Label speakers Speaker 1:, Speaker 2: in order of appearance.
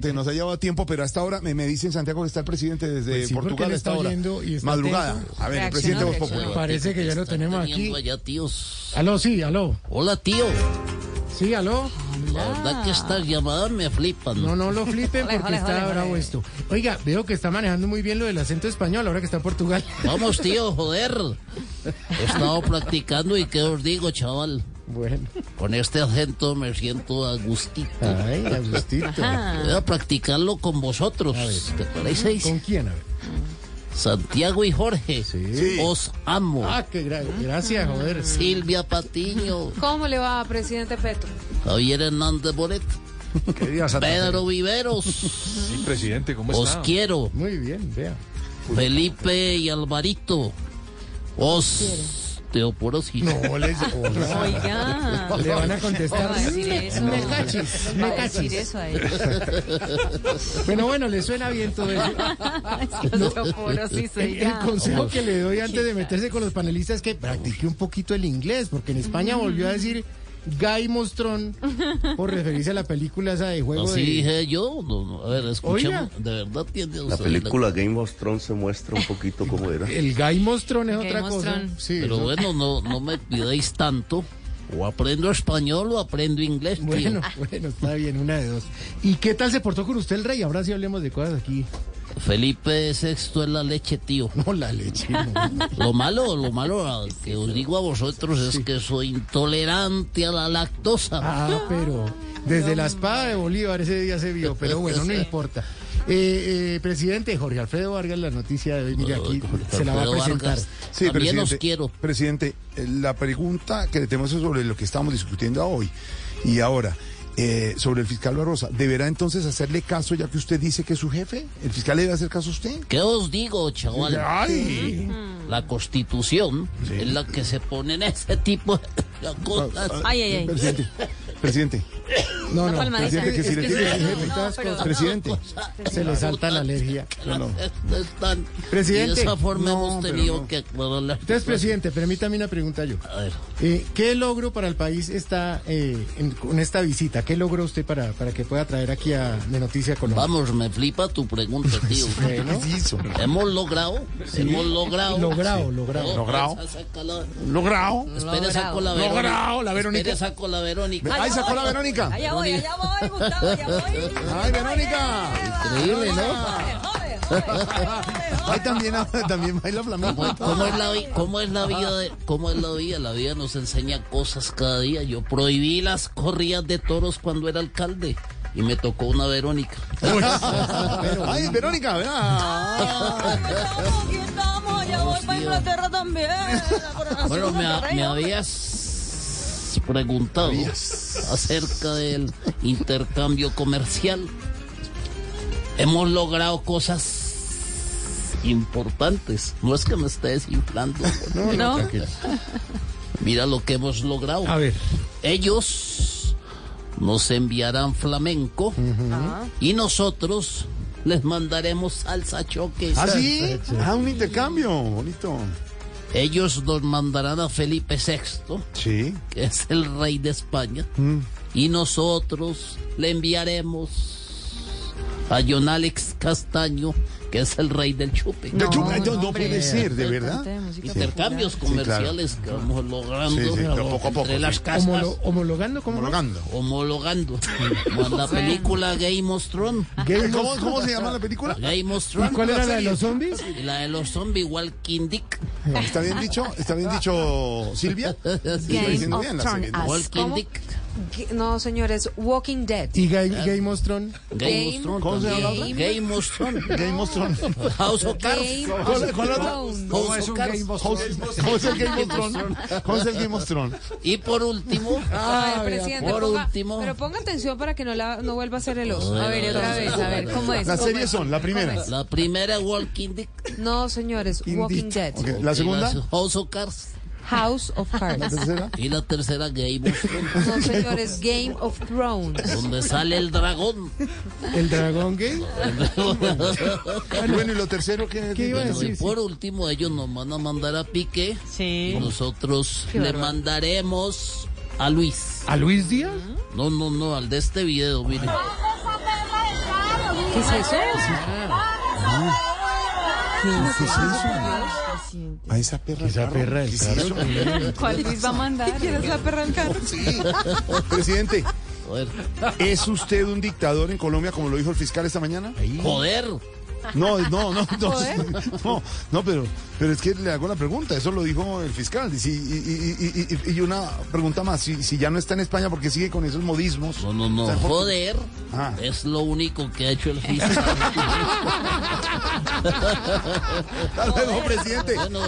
Speaker 1: que nos ha llevado tiempo, pero hasta ahora me, me dicen Santiago que está el presidente desde
Speaker 2: Pues sí, porque
Speaker 1: Portugal
Speaker 2: él
Speaker 1: hasta
Speaker 2: está
Speaker 1: ahora.
Speaker 2: oyendo y está
Speaker 1: Madrugada.
Speaker 2: atento.
Speaker 1: A ver, el presidente
Speaker 3: Reaccionó,
Speaker 1: Voz
Speaker 3: reaccionó.
Speaker 1: Popular.
Speaker 2: Parece que ya lo
Speaker 4: Están
Speaker 2: tenemos aquí.
Speaker 4: teniendo allá, tíos.
Speaker 2: Aló, sí, aló.
Speaker 4: Hola, tío.
Speaker 2: Sí, aló.
Speaker 4: La verdad que estas llamadas me flipan.
Speaker 2: No, no lo flipen
Speaker 3: Ole,
Speaker 2: porque
Speaker 3: ole,
Speaker 2: está
Speaker 3: ole, ole.
Speaker 2: bravo esto. Oiga, veo que está manejando muy bien lo del acento español ahora que está en Portugal.
Speaker 4: Vamos, tío, joder. He estado practicando y qué os digo, chaval.
Speaker 2: Bueno.
Speaker 4: Con este acento me siento a gustito.
Speaker 2: Ay, Agustito.
Speaker 4: Voy a practicarlo con vosotros. ¿Te parecéis?
Speaker 2: ¿Con quién? A ver.
Speaker 4: Santiago y Jorge. Os amo.
Speaker 2: Ah, qué gra- gracias, joder.
Speaker 4: Silvia Patiño.
Speaker 3: ¿Cómo le va, presidente Petro?
Speaker 4: Javier Hernández Boret.
Speaker 2: Ah.
Speaker 4: Pedro Viveros.
Speaker 5: Sí, presidente, ¿cómo
Speaker 4: Os
Speaker 5: está?
Speaker 4: quiero.
Speaker 2: Muy bien, vea.
Speaker 4: Felipe y Alvarito. Os Teoporosis.
Speaker 2: No les- hola.
Speaker 3: Oiga.
Speaker 2: Le van a contestar.
Speaker 3: ¿Cómo va a decir eso?
Speaker 2: Me cachis,
Speaker 3: Va
Speaker 2: me
Speaker 3: a decir
Speaker 2: cachis.
Speaker 3: eso a él.
Speaker 2: Bueno, bueno, le suena bien todo eso.
Speaker 3: Osteoporosis,
Speaker 2: El, el
Speaker 3: oiga.
Speaker 2: consejo que le doy antes de meterse con los panelistas es que practique un poquito el inglés, porque en
Speaker 3: Mm.
Speaker 2: España volvió a decir Guy Mostrón por referirse a la película esa de juego
Speaker 4: Así
Speaker 2: de...
Speaker 4: dije yo. No, no, A ver, escuchemos.
Speaker 2: Oiga.
Speaker 4: De verdad tiene
Speaker 6: La
Speaker 4: usted
Speaker 6: película Game of Thrones se muestra un poquito como era.
Speaker 2: El Guy Mostrón es
Speaker 3: Guy
Speaker 2: otra cosa.
Speaker 3: Mostrón.
Speaker 2: Sí,
Speaker 4: Pero
Speaker 2: eso-
Speaker 4: bueno, no, no me pidáis tanto. O aprendo español o aprendo inglés, tío.
Speaker 2: Bueno, bueno, está bien, una de dos. ¿Y qué tal se portó con usted el rey? Ahora sí hablemos de cosas aquí.
Speaker 4: Felipe VI es la leche, tío.
Speaker 2: No, la leche. no.
Speaker 4: Lo malo, lo malo ah, que os digo a vosotros es que soy intolerante a la lactosa.
Speaker 2: Ah, pero desde la espada de Bolívar ese día se vio, pero bueno, no importa. Eh, eh, presidente Jorge Alfredo Vargas, la noticia de hoy, mire aquí, se la va a
Speaker 4: Alfredo
Speaker 2: presentar.
Speaker 4: Vargas, También os quiero.
Speaker 1: Presidente, eh, la pregunta que le tenemos es sobre lo que estamos discutiendo hoy y ahora. eh, sobre el fiscal Barrosa, ¿deberá entonces hacerle caso ya que usted dice que es su jefe? ¿El fiscal le debe hacer caso a usted?
Speaker 4: ¿Qué os digo, chaval?
Speaker 1: ¡Ay!
Speaker 4: La constitución es la que se pone en ese tipo de cosas.
Speaker 2: Ah,
Speaker 3: Ay, ay, ay.
Speaker 1: Ah, Presidente, presidente,
Speaker 2: No, no,
Speaker 3: palmadita.
Speaker 1: presidente, que si
Speaker 3: Es
Speaker 1: le
Speaker 3: que
Speaker 1: tiene
Speaker 3: sí,
Speaker 1: que decir
Speaker 3: no,
Speaker 1: todas
Speaker 3: pero-
Speaker 1: cosas, presidente.
Speaker 2: se le salta la alergia.
Speaker 4: Las cosas están-
Speaker 2: Presidente.
Speaker 4: De esa forma
Speaker 1: No,
Speaker 4: hemos
Speaker 1: pero
Speaker 4: tenido
Speaker 1: no.
Speaker 4: que aclarar las
Speaker 2: Entonces,
Speaker 4: cosas.
Speaker 2: presidente, permítame una pregunta yo.
Speaker 4: A ver,
Speaker 2: Eh, ¿Qué logro para el país está eh, en- con esta visita? ¿Qué logró usted para, para que pueda traer aquí a de Noticia Colombia?
Speaker 4: vamos, me flipa tu pregunta, tío.
Speaker 2: Bueno,
Speaker 4: Hemos logrado, hemos logrado.
Speaker 2: logrado, logrado.
Speaker 1: Logrado.
Speaker 4: Esa saca la-
Speaker 1: Logrado.
Speaker 4: Espere, saco la Verónica.
Speaker 1: Logrado, la Verónica.
Speaker 4: Espere, saco la Verónica.
Speaker 1: Ahí sacó la Verónica.
Speaker 3: Allá voy, allá voy, Gustavo, allá voy.
Speaker 1: Ay, Verónica.
Speaker 4: Increíble, ¿no?
Speaker 3: Joder, joder, joder,
Speaker 1: Ay, también, también baila flamenco.
Speaker 4: ¿Cómo, cómo es la, vi- cómo es la vida? de- ¿Cómo es la vida? La vida nos enseña cosas cada día. Yo prohibí las corridas de toros cuando era alcalde y me tocó una Verónica.
Speaker 1: Ay, Verónica, verá.
Speaker 3: Estamos, aquí estamos, allá voy para Inglaterra también. La coronación
Speaker 4: Bueno, me, ha-
Speaker 3: del
Speaker 4: me
Speaker 3: rey, hombre.
Speaker 4: habías preguntado acerca del intercambio comercial. Hemos logrado cosas importantes. No es que me esté desinflando.
Speaker 3: ¿No?
Speaker 4: Mira lo que hemos logrado.
Speaker 2: A ver,
Speaker 4: Ellos nos enviarán flamenco y nosotros les mandaremos salsa choque.
Speaker 1: ¿Ah, sí? Ah, un intercambio. Bonito.
Speaker 4: Ellos nos mandarán a Felipe VI,
Speaker 1: Sí.
Speaker 4: que es el rey de España, y nosotros le enviaremos a John Alex Castaño, que es el rey del chupe.
Speaker 1: De hecho, No, no,
Speaker 3: hombre.
Speaker 1: puede ser, de verdad.
Speaker 3: Cantante de música
Speaker 4: Intercambios
Speaker 1: claro.
Speaker 4: comerciales que vamos logrando
Speaker 1: Sí, sí, de poco a poco,
Speaker 4: entre
Speaker 1: sí.
Speaker 4: las casas.
Speaker 2: homolo- homologando, ¿cómo?
Speaker 1: Homologando.
Speaker 4: homologando. Como en la película Game of Thrones.
Speaker 2: ¿Qué-
Speaker 1: ¿Cómo, cómo se llama la película?
Speaker 4: Game of
Speaker 2: ¿Y
Speaker 4: Thrones.
Speaker 2: cuál era la de los zombies?
Speaker 4: Y la de los zombies, Walking Dick.
Speaker 1: ¿Está bien dicho? ¿Está bien dicho, Silvia?
Speaker 4: Sí.
Speaker 1: Estoy
Speaker 3: Game
Speaker 1: diciendo
Speaker 3: of
Speaker 1: bien la serie,
Speaker 3: Thrones.
Speaker 1: ¿no?
Speaker 4: Walking
Speaker 3: ¿Cómo?
Speaker 4: Dick.
Speaker 3: Gu- No, señores, Walking Dead.
Speaker 2: ¿Y Gay, Gay Mostrón?
Speaker 4: Game, of Thrones.
Speaker 1: ¿Cómo se llama la
Speaker 4: también. Game of Thrones.
Speaker 1: Game of Thrones.
Speaker 4: House of Cards.
Speaker 3: Game
Speaker 1: ¿Cuál es- cuál es la otra?
Speaker 3: Thrones.
Speaker 4: House of Cards.
Speaker 1: ¿Cómo cómo es el Game of Thrones? ¿Cómo es el Game of Thrones?
Speaker 4: Y por último,
Speaker 3: A ver, presidente,
Speaker 4: Ah, por
Speaker 3: ponga-
Speaker 4: último.
Speaker 3: Pero ponga atención para que no, la, no vuelva a ser el oso. A ver, otra vez, a ver, ¿cómo es?
Speaker 1: Las
Speaker 3: ¿Cómo
Speaker 1: series
Speaker 3: es?
Speaker 1: son, la primera.
Speaker 3: ¿Cómo
Speaker 4: la primera Walking Dick.
Speaker 3: es? No, señores, Walking Dead.
Speaker 1: Ok, La
Speaker 4: Y
Speaker 1: segunda.
Speaker 4: House of Cards.
Speaker 3: House of
Speaker 1: La
Speaker 3: Cards.
Speaker 1: tercera.
Speaker 4: Y la tercera Game of Thrones.
Speaker 3: No, señores, Game of Thrones.
Speaker 4: Donde sale el dragón.
Speaker 2: ¿El dragón gay?
Speaker 1: Bueno, ¿y lo tercero qué?
Speaker 2: ¿Qué iba a
Speaker 4: Bueno,
Speaker 2: decir?
Speaker 4: y por último, ellos nos van a mandar a Piqué. Y
Speaker 3: Sí.
Speaker 4: nosotros
Speaker 3: Qué
Speaker 4: le
Speaker 3: bárbaro.
Speaker 4: mandaremos a Luis.
Speaker 2: ¿A Luis Díaz?
Speaker 1: Ah.
Speaker 4: No, no, no, al de este video, mire.
Speaker 7: esa perla del carro!
Speaker 5: ¿Qué es eso?
Speaker 1: ¿Qué es eso? A esa perra.
Speaker 2: Esa
Speaker 1: carro.
Speaker 2: perra del
Speaker 1: ¿Qué es
Speaker 2: carro.
Speaker 1: eso?
Speaker 5: ¿Cuál Luis va a mandar?
Speaker 3: ¿Quieres la perra en carro?
Speaker 1: Sí. Presidente,
Speaker 4: Joder.
Speaker 1: ¿es usted un dictador en Colombia como lo dijo el fiscal esta mañana?
Speaker 4: Joder.
Speaker 1: No, no, no, no, no, no, pero, pero es que le hago la pregunta, eso lo dijo el fiscal. Y, si- y- y- y- y- y una pregunta más, si, si ya no está en España, porque sigue con esos modismos?
Speaker 4: No, no, no.
Speaker 1: ¿Sabe por qué?
Speaker 4: Joder.
Speaker 1: Ah.
Speaker 4: Es lo único que ha hecho el fiscal.
Speaker 1: Hasta luego, presidente.
Speaker 4: Bueno,